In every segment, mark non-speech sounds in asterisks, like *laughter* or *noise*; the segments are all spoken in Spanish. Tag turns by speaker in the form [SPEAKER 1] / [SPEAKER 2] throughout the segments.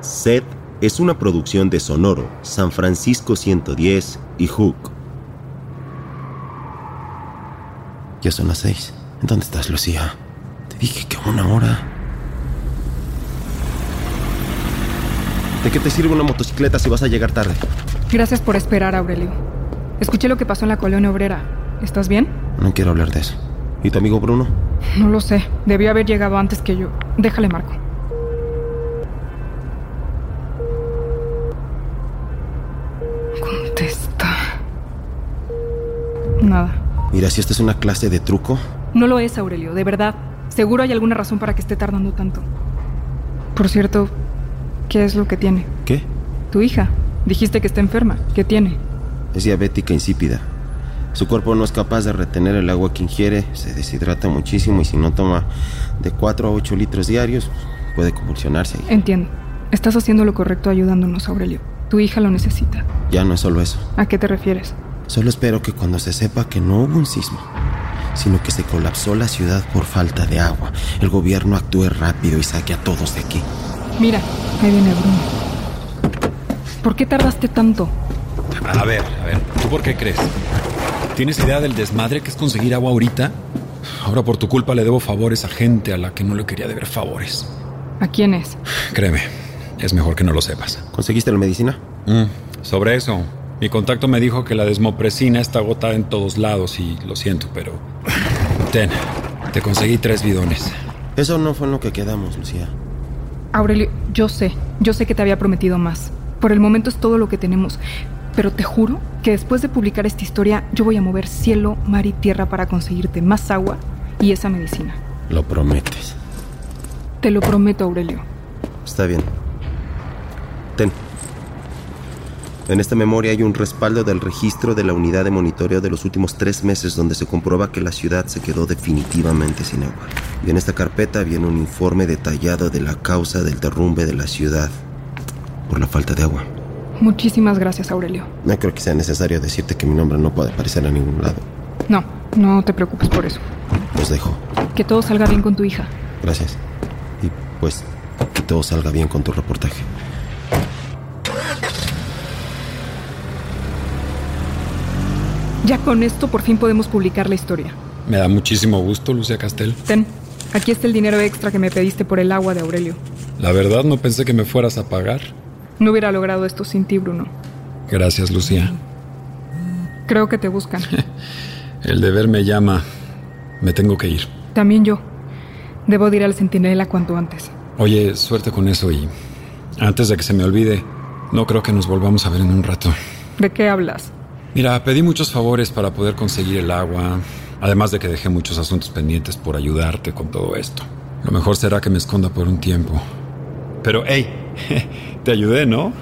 [SPEAKER 1] Sed es una producción de Sonoro, San Francisco 110 y Hook.
[SPEAKER 2] Ya son las seis. ¿Dónde estás, Lucía? Te dije que una hora.
[SPEAKER 1] ¿De qué te sirve una motocicleta si vas a llegar tarde?
[SPEAKER 3] Gracias por esperar, Aurelio. Escuché lo que pasó en la colonia obrera. ¿Estás bien?
[SPEAKER 2] No quiero hablar de eso.
[SPEAKER 1] ¿Y tu amigo Bruno?
[SPEAKER 3] No lo sé. Debió haber llegado antes que yo. Déjale, Marco. Contesta. Nada.
[SPEAKER 2] Mira, si esta es una clase de truco,
[SPEAKER 3] No lo es, Aurelio, de verdad. Seguro hay alguna razón para que esté tardando tanto. Por cierto, ¿qué es lo que tiene?
[SPEAKER 2] ¿qué?
[SPEAKER 3] Tu hija. Dijiste que está enferma. ¿Qué tiene?
[SPEAKER 2] Es diabética insípida. Su cuerpo no es capaz de retener el agua que ingiere, se deshidrata muchísimo y si no toma de 4 a 8 litros diarios, puede convulsionarse. y
[SPEAKER 3] Entiendo. Estás haciendo lo correcto ayudándonos, Aurelio. Tu hija lo necesita.
[SPEAKER 2] ya no es solo eso.
[SPEAKER 3] ¿A qué te refieres?
[SPEAKER 2] Solo espero que cuando se sepa que no hubo un sismo, sino que se colapsó la ciudad por falta de agua, el gobierno actúe rápido y saque a todos de aquí.
[SPEAKER 3] Mira, ahí viene Bruno. ¿Por qué tardaste tanto?
[SPEAKER 4] A ver, a ver, ¿tú por qué crees? ¿Tienes idea del desmadre que es conseguir agua ahorita? Ahora por tu culpa le debo favores a gente a la que no le quería deber favores.
[SPEAKER 3] ¿A quién es?
[SPEAKER 4] Créeme, es mejor que no lo sepas.
[SPEAKER 2] ¿Conseguiste la medicina?
[SPEAKER 4] Mm, sobre eso, mi contacto me dijo que la desmopresina está agotada en todos lados y lo siento, pero... Ten, te conseguí tres bidones.
[SPEAKER 2] Eso no fue en lo que quedamos, Lucía.
[SPEAKER 3] Aurelio, yo sé, yo sé que te había prometido más. Por el momento es todo lo que tenemos. Pero te juro que después de publicar esta historia, yo voy a mover cielo, mar y tierra para conseguirte más agua y esa medicina.
[SPEAKER 2] Lo prometes.
[SPEAKER 3] Te lo prometo, Aurelio.
[SPEAKER 1] Está bien. Ten. En esta memoria hay un respaldo del registro de la unidad de monitoreo de los últimos tres meses donde se comprueba que la ciudad se quedó definitivamente sin agua. Y en esta carpeta viene un informe detallado de la causa del derrumbe de la ciudad por la falta de agua.
[SPEAKER 3] Muchísimas gracias, Aurelio.
[SPEAKER 2] No creo que sea necesario decirte que mi nombre no puede aparecer a ningún lado.
[SPEAKER 3] No, no te preocupes por eso.
[SPEAKER 2] Los dejo.
[SPEAKER 3] Que todo salga bien con tu hija.
[SPEAKER 2] Gracias. Y pues que todo salga bien con tu reportaje.
[SPEAKER 3] Ya con esto por fin podemos publicar la historia.
[SPEAKER 4] Me da muchísimo gusto, Lucía Castel.
[SPEAKER 3] Ten, aquí está el dinero extra que me pediste por el agua de Aurelio.
[SPEAKER 4] La verdad no pensé que me fueras a pagar.
[SPEAKER 3] No hubiera logrado esto sin ti, Bruno.
[SPEAKER 4] Gracias, Lucía.
[SPEAKER 3] Creo que te buscan.
[SPEAKER 4] El deber me llama. Me tengo que ir.
[SPEAKER 3] También yo. Debo de ir al centinela cuanto antes.
[SPEAKER 4] Oye, suerte con eso y antes de que se me olvide, no creo que nos volvamos a ver en un rato.
[SPEAKER 3] ¿De qué hablas?
[SPEAKER 4] Mira, pedí muchos favores para poder conseguir el agua, además de que dejé muchos asuntos pendientes por ayudarte con todo esto. Lo mejor será que me esconda por un tiempo. Pero, hey, *laughs* te ayudé, ¿no?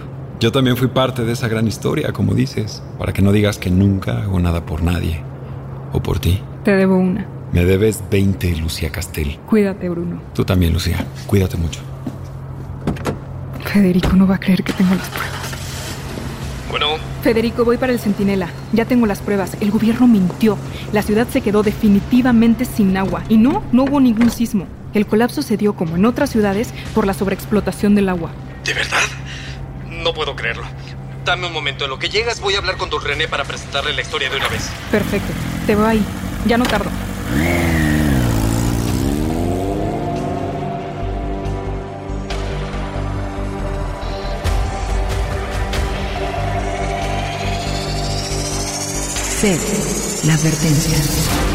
[SPEAKER 4] Yo también fui parte de esa gran historia, como dices, para que no digas que nunca hago nada por nadie o por ti.
[SPEAKER 3] Te debo una.
[SPEAKER 4] Me debes 20, Lucía Castel.
[SPEAKER 3] Cuídate, Bruno.
[SPEAKER 4] Tú también, Lucía. Cuídate mucho.
[SPEAKER 3] Federico no va a creer que tengo las pruebas.
[SPEAKER 5] Bueno,
[SPEAKER 3] Federico, voy para el centinela. Ya tengo las pruebas. El gobierno mintió. La ciudad se quedó definitivamente sin agua. Y no, no hubo ningún sismo. El colapso se dio, como en otras ciudades, por la sobreexplotación del agua.
[SPEAKER 5] ¿de verdad? No puedo creerlo. Dame un momento, en lo que llegas voy a hablar con Don René para presentarle la historia de una vez.
[SPEAKER 3] Perfecto. Te veo ahí. Ya no tardo.
[SPEAKER 6] Sed, la advertencia.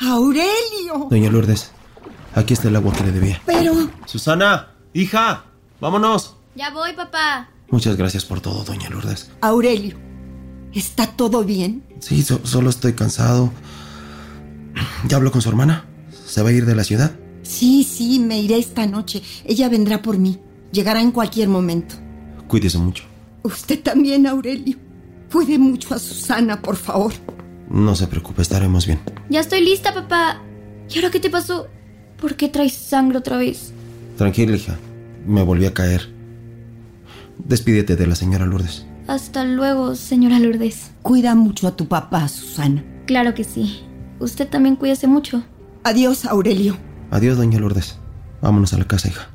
[SPEAKER 7] Aurelio,
[SPEAKER 2] Doña Lourdes, aquí está el agua que le debía.
[SPEAKER 7] pero
[SPEAKER 2] Susana, hija, vámonos.
[SPEAKER 8] Ya voy, papá.
[SPEAKER 2] Muchas gracias por todo, doña Lourdes.
[SPEAKER 7] Aurelio, ¿está todo bien?
[SPEAKER 2] Sí, so- solo estoy cansado. ¿Ya habló con su hermana? ¿Se va a ir de la ciudad?
[SPEAKER 7] Sí, sí, me iré esta noche. Ella vendrá por mí. Llegará en cualquier momento.
[SPEAKER 2] Cuídese mucho.
[SPEAKER 7] Usted también, Aurelio. Cuide mucho a Susana, por favor.
[SPEAKER 2] No se preocupe, estaremos bien.
[SPEAKER 8] Ya estoy lista, papá. ¿Y ahora qué te pasó? ¿Por qué traes sangre otra vez?
[SPEAKER 2] Tranquila, hija. Me volví a caer. Despídete de la señora Lourdes.
[SPEAKER 8] Hasta luego, señora Lourdes.
[SPEAKER 9] Cuida mucho a tu papá, Susana.
[SPEAKER 8] Claro que sí. Usted también cuídese mucho.
[SPEAKER 9] Adiós, Aurelio.
[SPEAKER 2] Adiós, doña Lourdes. Vámonos a la casa, hija.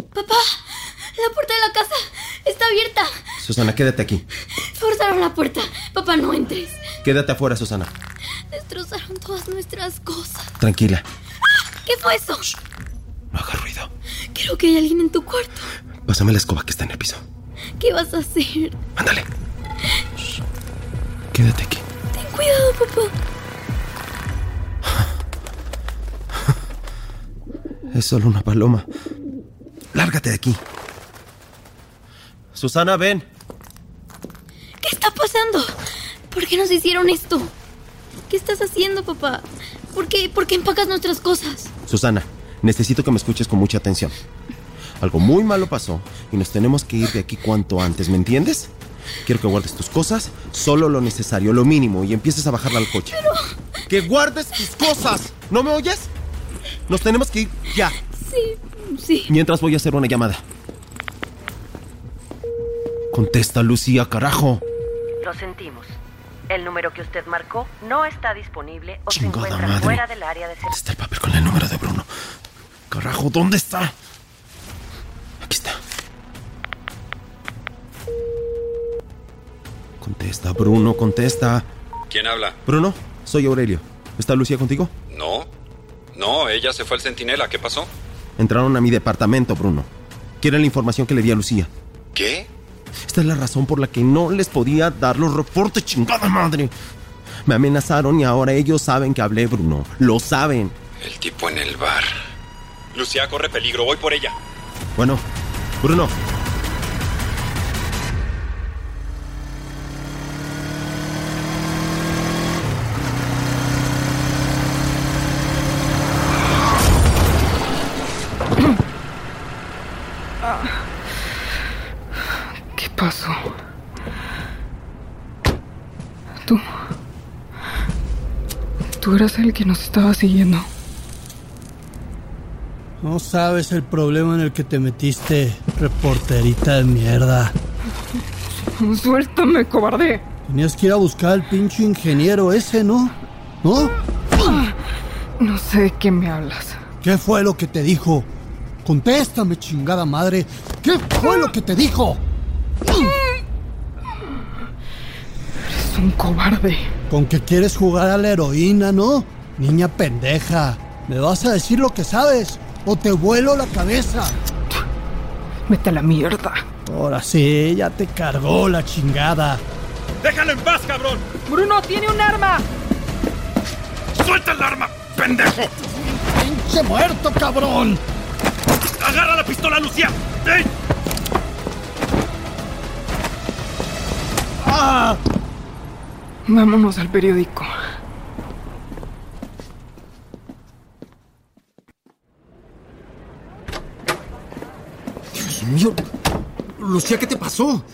[SPEAKER 8] Papá, la puerta de la casa está abierta.
[SPEAKER 2] Susana, quédate aquí.
[SPEAKER 8] Forzaron la puerta. Papá, no entres.
[SPEAKER 2] Quédate afuera, Susana.
[SPEAKER 8] Destrozaron todas nuestras cosas.
[SPEAKER 2] Tranquila.
[SPEAKER 8] ¿Qué fue eso?
[SPEAKER 2] No hagas ruido.
[SPEAKER 8] Creo que hay alguien en tu cuarto.
[SPEAKER 2] Pásame la escoba que está en el piso.
[SPEAKER 8] ¿Qué vas a hacer?
[SPEAKER 2] Ándale. Quédate aquí.
[SPEAKER 8] Ten cuidado, papá.
[SPEAKER 2] Es solo una paloma. Lárgate de aquí. Susana, ven.
[SPEAKER 8] ¿Qué está pasando? ¿Por qué nos hicieron esto? ¿Qué estás haciendo, papá? ¿Por qué, ¿Por qué empacas nuestras cosas?
[SPEAKER 2] Susana, necesito que me escuches con mucha atención. Algo muy malo pasó y nos tenemos que ir de aquí cuanto antes, ¿me entiendes? Quiero que guardes tus cosas, solo lo necesario, lo mínimo, y empieces a bajarla al coche. ¡Que guardes tus cosas! ¿No me oyes? Nos tenemos que ir ya.
[SPEAKER 8] Sí, sí.
[SPEAKER 2] Mientras voy a hacer una llamada. Contesta, Lucía, carajo.
[SPEAKER 1] Lo sentimos. El número que usted marcó no está disponible o
[SPEAKER 2] Chingada
[SPEAKER 1] se encuentra
[SPEAKER 2] madre.
[SPEAKER 1] fuera del área de
[SPEAKER 2] ¿Dónde
[SPEAKER 1] servicio.
[SPEAKER 2] está el papel Pues con el número de Bruno? Carajo, ¿dónde está? Aquí está. Contesta, Bruno, contesta.
[SPEAKER 4] ¿Quién habla?
[SPEAKER 2] Bruno, soy Aurelio. ¿Está Lucía contigo?
[SPEAKER 4] No. No, ella se fue al centinela. ¿Qué pasó?
[SPEAKER 2] Entraron a mi departamento, Bruno. Quieren la información que le di a Lucía.
[SPEAKER 4] ¿Qué?
[SPEAKER 2] Esta es la razón por la que no les podía dar los reportes, chingada madre. Me amenazaron y ahora ellos saben que hablé, Bruno. Lo saben.
[SPEAKER 4] El tipo en el bar. Lucía corre peligro. Voy por ella.
[SPEAKER 2] Bueno, Bruno.
[SPEAKER 3] ¿Qué pasó? Tú. Tú eras el que nos estaba siguiendo.
[SPEAKER 10] No sabes el problema en el que te metiste, reporterita de mierda.
[SPEAKER 3] Suéltame, cobarde.
[SPEAKER 10] Tenías que ir a buscar al pinche ingeniero ese, ¿no? ¿No?
[SPEAKER 3] No sé de qué me hablas.
[SPEAKER 10] ¿Qué fue lo que te dijo? Contéstame, chingada madre. ¿Qué fue lo que te dijo?
[SPEAKER 3] Es un cobarde.
[SPEAKER 10] Con que quieres jugar a la heroína, ¿no? Niña pendeja. ¿Me vas a decir lo que sabes? ¿O te vuelo la cabeza?
[SPEAKER 3] Vete a la mierda.
[SPEAKER 10] Ahora sí, ya te cargó la chingada.
[SPEAKER 4] ¡Déjalo en paz, cabrón!
[SPEAKER 3] Bruno tiene un arma.
[SPEAKER 4] ¡Suelta el arma, pendejo!
[SPEAKER 10] ¡Pinche muerto, cabrón!
[SPEAKER 4] ¡Agarra la pistola, Lucía! ¡Ey!
[SPEAKER 10] ¡Ah!
[SPEAKER 3] Vámonos al periódico.
[SPEAKER 11] Dios mío. Lucía, ¿qué te pasó?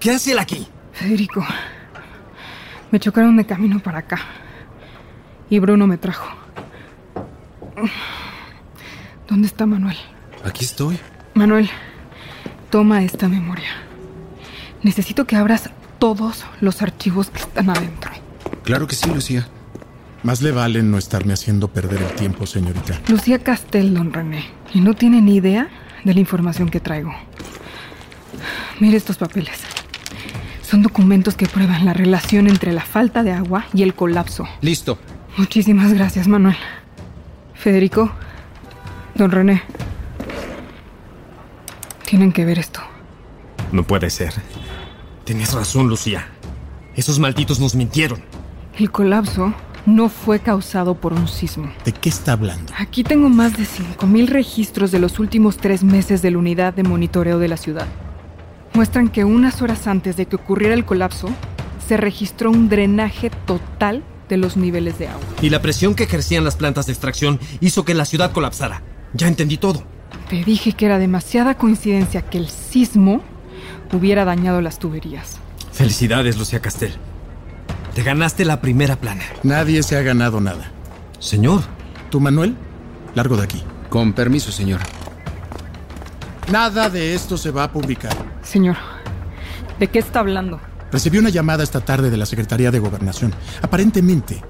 [SPEAKER 11] ¿Qué hace él aquí?
[SPEAKER 3] Federico. Me chocaron de camino para acá. Y Bruno me trajo. ¿Dónde está Manuel?
[SPEAKER 2] Aquí estoy.
[SPEAKER 3] Manuel, toma esta memoria. Necesito que abras todos los archivos que están adentro.
[SPEAKER 12] Claro que sí, Lucía. Más le vale no estarme haciendo perder el tiempo, señorita.
[SPEAKER 3] Lucía Castel, don René, y no tiene ni idea de la información que traigo. Mire estos papeles. Son documentos que prueban la relación entre la falta de agua y el colapso.
[SPEAKER 11] Listo.
[SPEAKER 3] Muchísimas gracias, Manuel. Federico, don René, tienen que ver esto.
[SPEAKER 11] No puede ser. Tenías razón, Lucía. Esos malditos nos mintieron.
[SPEAKER 3] El colapso no fue causado por un sismo.
[SPEAKER 12] ¿De qué está hablando?
[SPEAKER 3] Aquí tengo más de 5.000 registros de los últimos tres meses de la unidad de monitoreo de la ciudad. Muestran que unas horas antes de que ocurriera el colapso, se registró un drenaje total de los niveles de agua.
[SPEAKER 11] Y la presión que ejercían las plantas de extracción hizo que la ciudad colapsara. Ya entendí todo.
[SPEAKER 3] Te dije que era demasiada coincidencia que el sismo hubiera dañado las tuberías.
[SPEAKER 11] Felicidades, Lucía Castel. Te ganaste la primera plana.
[SPEAKER 12] Nadie se ha ganado nada.
[SPEAKER 11] Señor.
[SPEAKER 12] ¿Tú, Manuel? Largo de aquí.
[SPEAKER 11] Con permiso, señor.
[SPEAKER 12] Nada de esto se va a publicar.
[SPEAKER 3] Señor, ¿de qué está hablando?
[SPEAKER 12] Recibí una llamada esta tarde de la Secretaría de Gobernación. Aparentemente,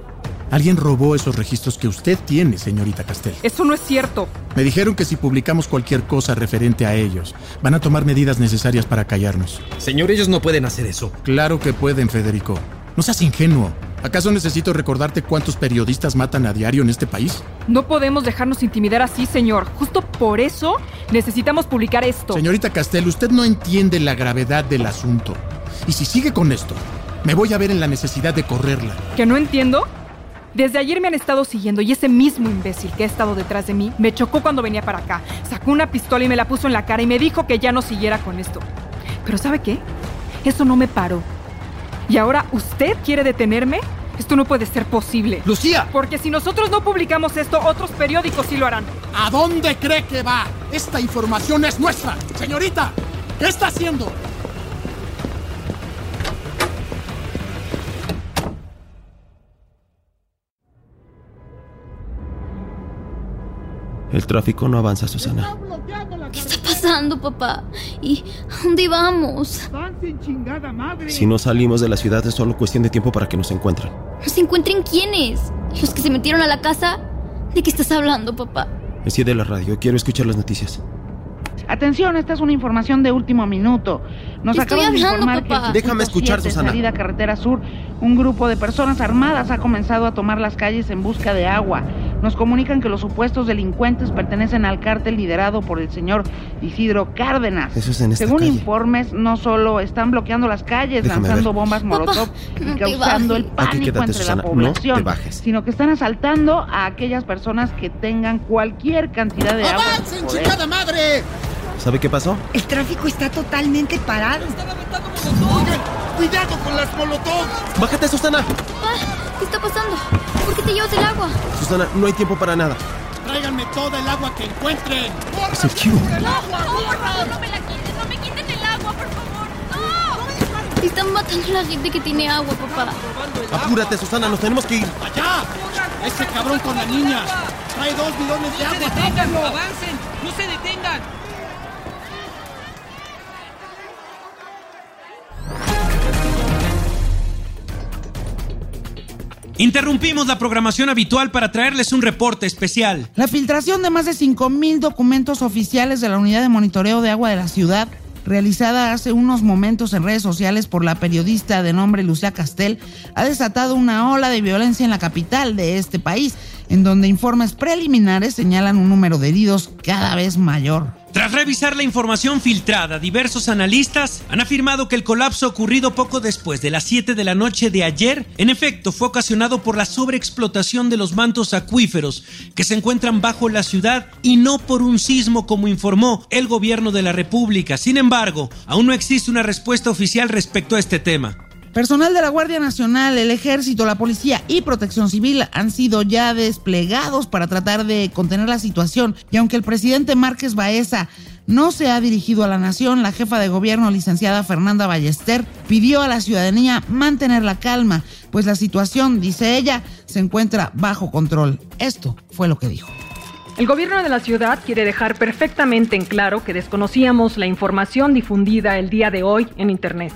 [SPEAKER 12] alguien robó esos registros que usted tiene, señorita Castel.
[SPEAKER 3] Eso no es cierto.
[SPEAKER 12] Me dijeron que si publicamos cualquier cosa referente a ellos, van a tomar medidas necesarias para callarnos.
[SPEAKER 11] Señor, ellos no pueden hacer eso.
[SPEAKER 12] Claro que pueden, Federico. No seas ingenuo. ¿Acaso necesito recordarte cuántos periodistas matan a diario en este país?
[SPEAKER 3] No podemos dejarnos intimidar así, señor. Justo por eso necesitamos publicar esto.
[SPEAKER 12] Señorita Castel, usted no entiende la gravedad del asunto. Y si sigue con esto, me voy a ver en la necesidad de correrla.
[SPEAKER 3] ¿Que no entiendo? Desde ayer me han estado siguiendo y ese mismo imbécil que ha estado detrás de mí me chocó cuando venía para acá. Sacó una pistola y me la puso en la cara y me dijo que ya no siguiera con esto. Pero ¿sabe qué? Eso no me paró. ¿Y ahora usted quiere detenerme? Esto no puede ser posible.
[SPEAKER 12] ¡Lucía!
[SPEAKER 3] Porque si nosotros no publicamos esto, otros periódicos sí lo harán.
[SPEAKER 12] ¿A dónde cree que va? Esta información es nuestra. Señorita, ¿qué está haciendo?
[SPEAKER 2] El tráfico no avanza, Susana.
[SPEAKER 8] ¿Qué está pasando, papá? ¿Y a dónde vamos?
[SPEAKER 2] Si no salimos de la ciudad es solo cuestión de tiempo para que nos encuentren.
[SPEAKER 8] ¿Nos encuentren quiénes? ¿Los que se metieron a la casa? ¿De qué estás hablando, papá?
[SPEAKER 2] Enciende la radio, quiero escuchar las noticias.
[SPEAKER 13] Atención, esta es una información de último minuto. Nos
[SPEAKER 8] Estoy
[SPEAKER 13] acaban de
[SPEAKER 8] hablando,
[SPEAKER 13] informar que
[SPEAKER 8] papá.
[SPEAKER 13] el
[SPEAKER 2] Déjame escuchar,
[SPEAKER 13] 107
[SPEAKER 2] Susana.
[SPEAKER 13] Salida carretera sur, un grupo de personas armadas ha comenzado a tomar las calles en busca de agua. Nos comunican que los supuestos delincuentes pertenecen al cártel liderado por el señor Isidro Cárdenas.
[SPEAKER 2] Eso es en esta
[SPEAKER 13] Según
[SPEAKER 2] calle.
[SPEAKER 13] informes, no solo están bloqueando las calles,
[SPEAKER 2] Déjame
[SPEAKER 13] lanzando
[SPEAKER 2] ver.
[SPEAKER 13] bombas molotov
[SPEAKER 8] no
[SPEAKER 13] y
[SPEAKER 8] te
[SPEAKER 13] causando el
[SPEAKER 8] bajes.
[SPEAKER 13] pánico
[SPEAKER 2] Aquí quédate,
[SPEAKER 13] entre la
[SPEAKER 2] Susana, no
[SPEAKER 13] población,
[SPEAKER 2] te bajes.
[SPEAKER 13] sino que están asaltando a aquellas personas que tengan cualquier cantidad de agua. en su
[SPEAKER 7] ¡Avancen,
[SPEAKER 13] poder.
[SPEAKER 7] chingada madre!
[SPEAKER 2] ¿Sabe qué pasó?
[SPEAKER 7] El tráfico está totalmente parado.
[SPEAKER 12] Oigan, cuidado con las molotov.
[SPEAKER 2] ¡Bájate, Susana!
[SPEAKER 8] Papá, ¿qué está pasando? ¿Por qué te llevas el agua?
[SPEAKER 2] Susana, no hay tiempo para nada.
[SPEAKER 12] Tráiganme toda el agua que encuentren.
[SPEAKER 2] Es el chivo.
[SPEAKER 8] por favor, no me la quiten, no me quiten el agua, por favor. ¡No! Están matando a la gente que tiene agua, papá.
[SPEAKER 2] Apúrate, Susana, nos tenemos que ir.
[SPEAKER 12] ¡Allá! ¡Ese cabrón con la niña! ¡Trae dos bidones de agua! tráiganlo.
[SPEAKER 14] avancen, no se detengan.
[SPEAKER 15] Interrumpimos la programación habitual para traerles un reporte especial.
[SPEAKER 16] La filtración de más de 5.000 documentos oficiales de la Unidad de Monitoreo de Agua de la Ciudad, realizada hace unos momentos en redes sociales por la periodista de nombre Lucía Castel, ha desatado una ola de violencia en la capital de este país, en donde informes preliminares señalan un número de heridos cada vez mayor.
[SPEAKER 15] Tras revisar la información filtrada, diversos analistas han afirmado que el colapso ocurrido poco después de las 7 de la noche de ayer, en efecto, fue ocasionado por la sobreexplotación de los mantos acuíferos que se encuentran bajo la ciudad y no por un sismo como informó el gobierno de la República. Sin embargo, aún no existe una respuesta oficial respecto a este tema.
[SPEAKER 16] Personal de la Guardia Nacional, el Ejército, la Policía y Protección Civil han sido ya desplegados para tratar de contener la situación. Y aunque el presidente Márquez Baeza no se ha dirigido a la nación, la jefa de gobierno, licenciada Fernanda Ballester, pidió a la ciudadanía mantener la calma, pues la situación, dice ella, se encuentra bajo control. Esto fue lo que dijo.
[SPEAKER 17] El gobierno de la ciudad quiere dejar perfectamente en claro que desconocíamos la información difundida el día de hoy en Internet.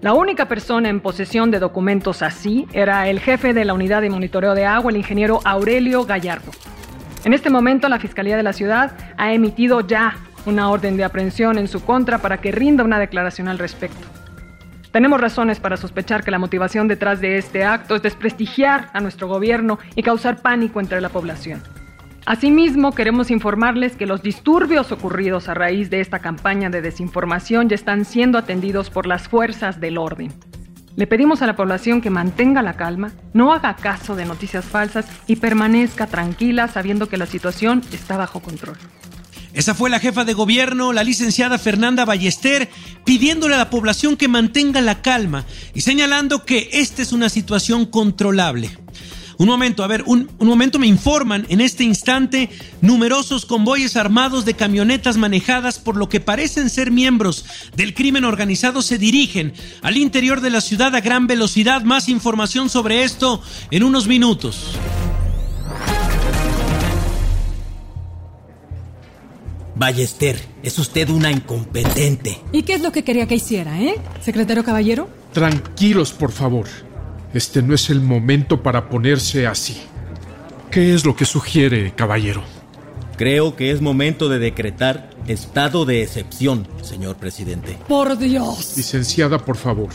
[SPEAKER 17] La única persona en posesión de documentos así era el jefe de la unidad de monitoreo de agua, el ingeniero Aurelio Gallardo. En este momento la Fiscalía de la Ciudad ha emitido ya una orden de aprehensión en su contra para que rinda una declaración al respecto. Tenemos razones para sospechar que la motivación detrás de este acto es desprestigiar a nuestro gobierno y causar pánico entre la población. Asimismo, queremos informarles que los disturbios ocurridos a raíz de esta campaña de desinformación ya están siendo atendidos por las fuerzas del orden. Le pedimos a la población que mantenga la calma, no haga caso de noticias falsas y permanezca tranquila sabiendo que la situación está bajo control.
[SPEAKER 15] Esa fue la jefa de gobierno, la licenciada Fernanda Ballester, pidiéndole a la población que mantenga la calma y señalando que esta es una situación controlable. Un momento, a ver, un, un momento me informan. En este instante, numerosos convoyes armados de camionetas manejadas por lo que parecen ser miembros del crimen organizado se dirigen al interior de la ciudad a gran velocidad. Más información sobre esto en unos minutos.
[SPEAKER 18] Ballester, es usted una incompetente.
[SPEAKER 19] ¿Y qué es lo que quería que hiciera, eh? Secretario Caballero.
[SPEAKER 20] Tranquilos, por favor. Este no es el momento para ponerse así. ¿Qué es lo que sugiere, caballero?
[SPEAKER 18] Creo que es momento de decretar estado de excepción, señor presidente.
[SPEAKER 19] Por Dios.
[SPEAKER 20] Licenciada, por favor.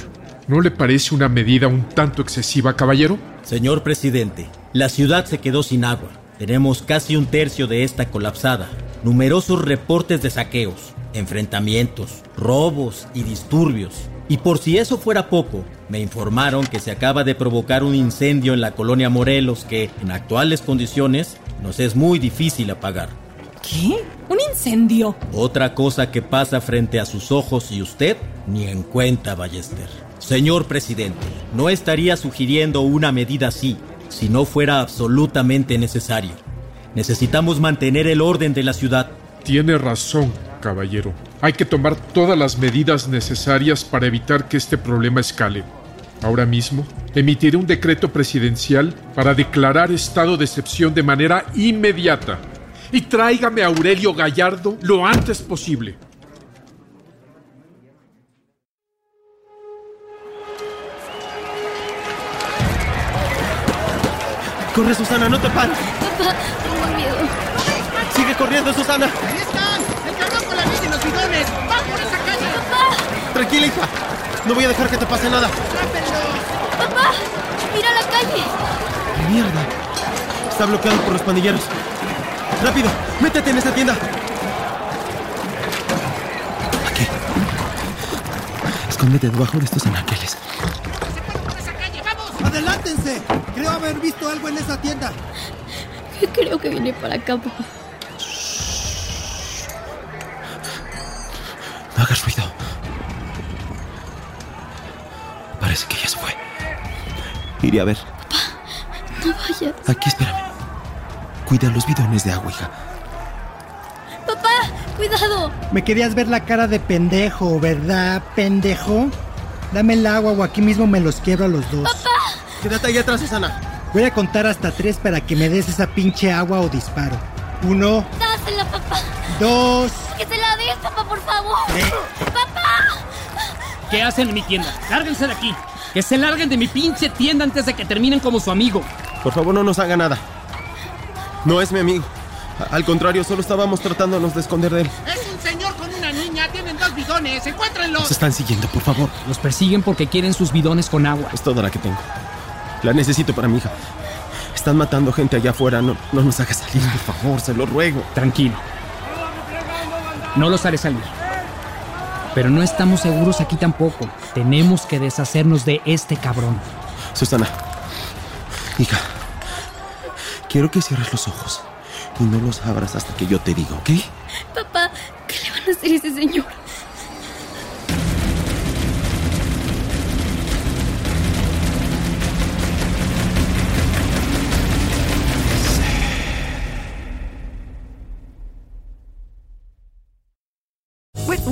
[SPEAKER 20] ¿No le parece una medida un tanto excesiva, caballero?
[SPEAKER 18] Señor presidente, la ciudad se quedó sin agua. Tenemos casi un tercio de esta colapsada numerosos reportes de saqueos, enfrentamientos, robos y disturbios. Y por si eso fuera poco, me informaron que se acaba de provocar un incendio en la colonia Morelos que, en actuales condiciones, nos es muy difícil apagar.
[SPEAKER 19] ¿Qué? ¿Un incendio?
[SPEAKER 18] Otra cosa que pasa frente a sus ojos y usted ni en cuenta, Ballester. Señor presidente, no estaría sugiriendo una medida así si no fuera absolutamente necesario. Necesitamos mantener el orden de la ciudad.
[SPEAKER 20] Tiene razón, caballero. Hay que tomar todas las medidas necesarias para evitar que este problema escale. Ahora mismo, emitiré un decreto presidencial para declarar estado de excepción de manera inmediata. Y tráigame a Aurelio Gallardo lo antes posible.
[SPEAKER 2] Corre, Susana, no te pares.
[SPEAKER 8] Papá, tengo miedo.
[SPEAKER 2] Sigue corriendo, Susana.
[SPEAKER 14] ¡Ahí están! ¡El camión con la bici y los bidones! ¡Van por esa calle!
[SPEAKER 8] ¡Papá!
[SPEAKER 2] Tranquila, hija. No voy a dejar que te pase nada.
[SPEAKER 8] ¡Rápenlo! ¡Papá! ¡Mira la calle!
[SPEAKER 2] ¡Mierda! Está bloqueado por los pandilleros. ¡Rápido! ¡Métete en esa tienda! Aquí. Escóndete debajo de estos anaqueles.
[SPEAKER 10] ¡Adelántense! Creo haber visto algo en esa tienda.
[SPEAKER 8] Creo que viene para acá, papá.
[SPEAKER 2] Shh. No hagas ruido. Parece que ya se fue. Iré a ver.
[SPEAKER 8] Papá, no vayas.
[SPEAKER 2] Aquí, espérame. Cuida los bidones de agua, hija.
[SPEAKER 8] Papá, cuidado.
[SPEAKER 21] Me querías ver la cara de pendejo, ¿verdad, pendejo? Dame el agua o aquí mismo me los quiebro a los dos.
[SPEAKER 8] ¡Papá!
[SPEAKER 2] Quédate ahí atrás, Susana.
[SPEAKER 21] Voy a contar hasta tres para que me des esa pinche agua o disparo. Uno.
[SPEAKER 8] Dásela, papá.
[SPEAKER 21] Dos.
[SPEAKER 8] Que se la des, papá, por favor. ¿Eh? ¡Papá!
[SPEAKER 22] ¿Qué hacen en mi tienda? Lárguense de aquí. Que se larguen de mi pinche tienda antes de que terminen como su amigo.
[SPEAKER 2] Por favor, no nos haga nada. No es mi amigo. Al contrario, solo estábamos tratándonos de esconder de él.
[SPEAKER 14] Es un señor con una niña, tienen dos bidones, encuéntrenlos.
[SPEAKER 2] Nos están siguiendo, por favor.
[SPEAKER 22] Los persiguen porque quieren sus bidones con agua.
[SPEAKER 2] Es toda la que tengo. La necesito para mi hija. Están matando gente allá afuera, no, no nos hagas salir, por favor, se lo ruego.
[SPEAKER 22] Tranquilo. No los haré salir. Pero no estamos seguros aquí tampoco. Tenemos que deshacernos de este cabrón.
[SPEAKER 2] Susana, hija, quiero que cierres los ojos y no los abras hasta que yo te diga, ¿ok?
[SPEAKER 8] Papá, ¿qué le van a hacer a ese señor?
[SPEAKER 23] With